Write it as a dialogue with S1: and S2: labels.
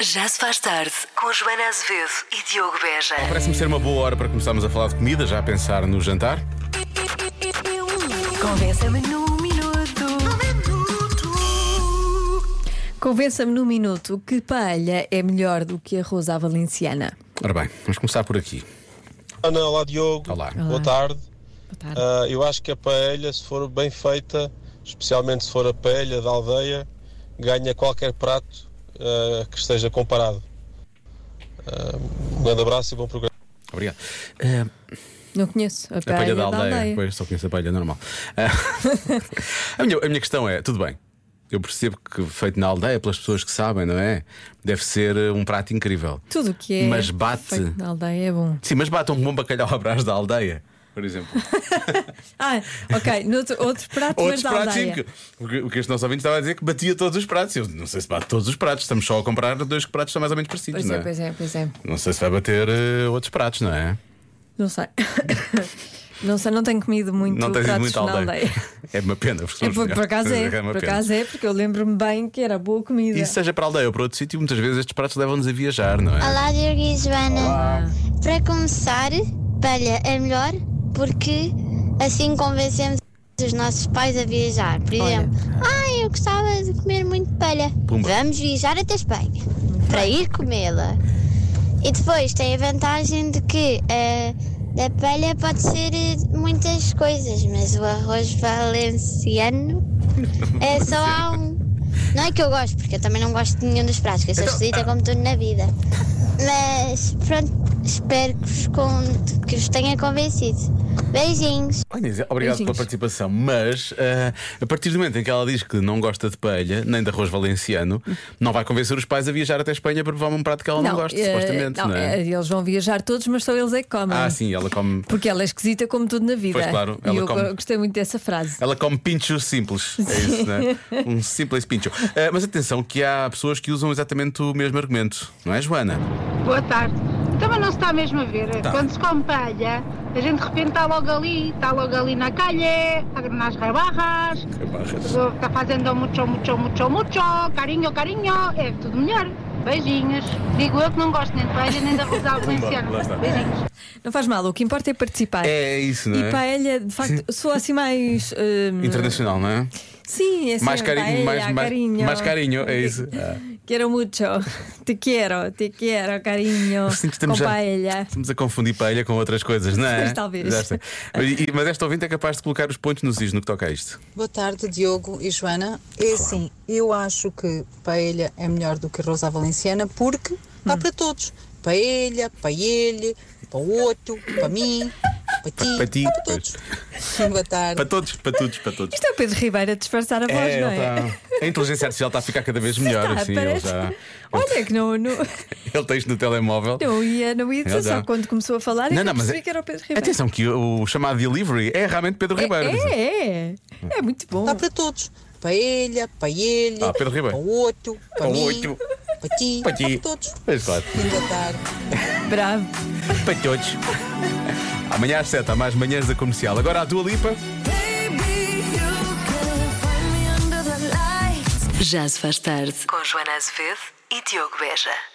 S1: Já se faz tarde com Joana Azevedo e Diogo Beja.
S2: Parece-me ser uma boa hora para começarmos a falar de comida, já a pensar no jantar.
S1: Convença-me num minuto.
S3: Convença-me num minuto que paella é melhor do que arroz à valenciana.
S2: Ora bem, vamos começar por aqui.
S4: Ana, olá Diogo.
S2: Olá.
S3: Olá.
S4: Boa tarde.
S3: Boa tarde.
S4: Ah, eu acho que a paella, se for bem feita, especialmente se for a paella da aldeia, ganha qualquer prato ah, que esteja comparado. Ah, um grande abraço e bom programa.
S2: Obrigado.
S3: Eh,
S2: Ah,
S3: Não conheço a
S2: a
S3: paella,
S2: palha da aldeia. Pois, só conheço a palha normal. Ah, a, minha, a minha questão é: tudo bem, eu percebo que feito na aldeia, pelas pessoas que sabem, não é? Deve ser eh, um prato incrível.
S3: Tudo o que é
S2: Mas bate.
S3: feito na aldeia é bom.
S2: Sim, mas batam um bom bacalhau à brás da aldeia, por exemplo.
S3: Ah, ok. noutro- outro prato, mas
S2: Outros
S3: da
S2: pratos, sim,
S3: aldeia.
S2: porque o que- o que este nosso ouvinte estava a dizer é que batia todos os pratos. Eu não sei se bate todos os pratos, estamos só a comprar dois pratos que são mais ou menos parecidos,
S3: Pois
S2: não
S3: é,
S2: é?
S3: pois é, pois é.
S2: Não sei se vai bater eh, outros pratos, não é?
S3: Não sei. não sei, não tenho comido muito
S2: não tens ido
S3: pratos
S2: muito à
S3: na
S2: aldeia.
S3: aldeia.
S2: É uma pena. porque
S3: É,
S2: somos
S3: por, por
S2: melhores.
S3: acaso é,
S2: uma
S3: por
S2: pena. é
S3: acaso é, porque eu lembro-me bem que era boa comida.
S2: E seja para a aldeia ou para outro sítio, muitas vezes estes pratos levam-nos a viajar, não é?
S5: Olá, Diogo e Joana. Para começar, palha é melhor porque assim convencemos os nossos pais a viajar. Por
S3: Olha.
S5: exemplo, ah, eu gostava de comer muito palha.
S2: Pumba.
S5: Vamos viajar até Espanha para ir comê-la. E depois tem a vantagem de que eh, da palha pode ser eh, muitas coisas, mas o arroz valenciano é só há um. Não é que eu gosto, porque eu também não gosto de nenhum dos pratos, que eu sou esquisita como tudo na vida. Mas pronto, espero que vos, con- que vos tenha convencido. Beijinhos!
S2: Olha, Isa, Ah, obrigado pela
S3: Beijinhos.
S2: participação, mas ah, a partir do momento em que ela diz que não gosta de paella, nem de arroz valenciano, não vai convencer os pais a viajar até a Espanha para provar um prato que ela não, gosta,
S3: eh,
S2: supostamente, não,
S3: não,
S2: é?
S3: eh, Eles vão viajar todos, mas só eles é que comem.
S2: Ah, sim, ela come,
S3: Porque ela é esquisita como tudo na vida.
S2: Pois claro,
S3: E
S2: ela
S3: eu
S2: come.
S3: go- gostei muito dessa frase.
S2: ela come pinchos simples. É isso, não é? Um simples pincho. Ah, mas atenção, que há pessoas que usam exatamente o mesmo argumento, não é, Joana?
S6: Boa tarde. Então, mas não se está mesmo a ver.
S2: Tá.
S6: Quando se come palha, a gente de repente está logo ali, está logo ali na calha, está nas rebarras, está fazendo mucho, mucho, mucho, mucho, carinho, carinho, é tudo melhor. Beijinhos. Digo eu que não gosto nem de palha nem da Rosal Valenciana.
S2: lá está.
S6: Beijinhos.
S3: Não faz mal, o que importa é participar.
S2: É isso, não
S3: E
S2: é?
S3: paella, de facto, soa assim mais. hum,
S2: Internacional, não é?
S3: Sim, é assim,
S2: mais carinho,
S3: paella,
S2: mais, mais-
S3: carinho.
S2: mais carinho, é isso. Ah.
S3: Quero muito. Te quero, te quero, carinho.
S2: Sim, que
S3: Oh, Com
S2: estamos já-
S3: paella.
S2: Estamos a confundir paella com outras coisas, não é?
S3: Pois, talvez.
S2: Já sei. Mas, e- mas esta ouvinte é capaz de colocar os pontos nos is no que toca a isto.
S7: Boa tarde, Diogo e Joana. É assim, eu acho que paella é melhor do que arroz à valenciana porque
S2: Hum.
S7: dá para todos. Paella, paelle, para o outro, para mim, para ti,
S2: Para ti,
S7: dá para
S2: pois.
S7: todos. Boa tarde.
S2: Para todos, para todos, para todos.
S3: Isto é o Pedro Ribeiro a disfarçar a voz, não
S2: ele
S3: é?
S2: tá- A inteligência artificial está a ficar cada vez melhor.
S3: Está,
S2: assim, ele,
S3: parece-
S2: já...
S3: Olha que não, não,
S2: ele tem isto no telemóvel.
S3: não ia, não ia dizer,
S2: Ele já-
S3: só quando começou a falar é que eu percebi
S2: é-
S3: que era o Pedro Ribeiro.
S2: Atenção, que o chamado delivery é realmente Pedro Ribeiro. quer dizer.
S3: É, é, é muito bom.
S7: Dá para todos. Paella, paelle,
S2: Ah, Pedro Ribeiro.
S7: para o outro, para
S2: Para o
S7: mim,
S2: outro.
S7: para ti,
S2: Para
S7: para
S2: ti.
S7: todos.
S2: Pois claro.
S7: Boa tarde.
S3: Bravo.
S2: Para todos. Amanhã às 7, há mais manhãs da comercial. Agora a Dua Lipa.
S1: Já se faz tarde com Joana Azevedo e Diogo Beja.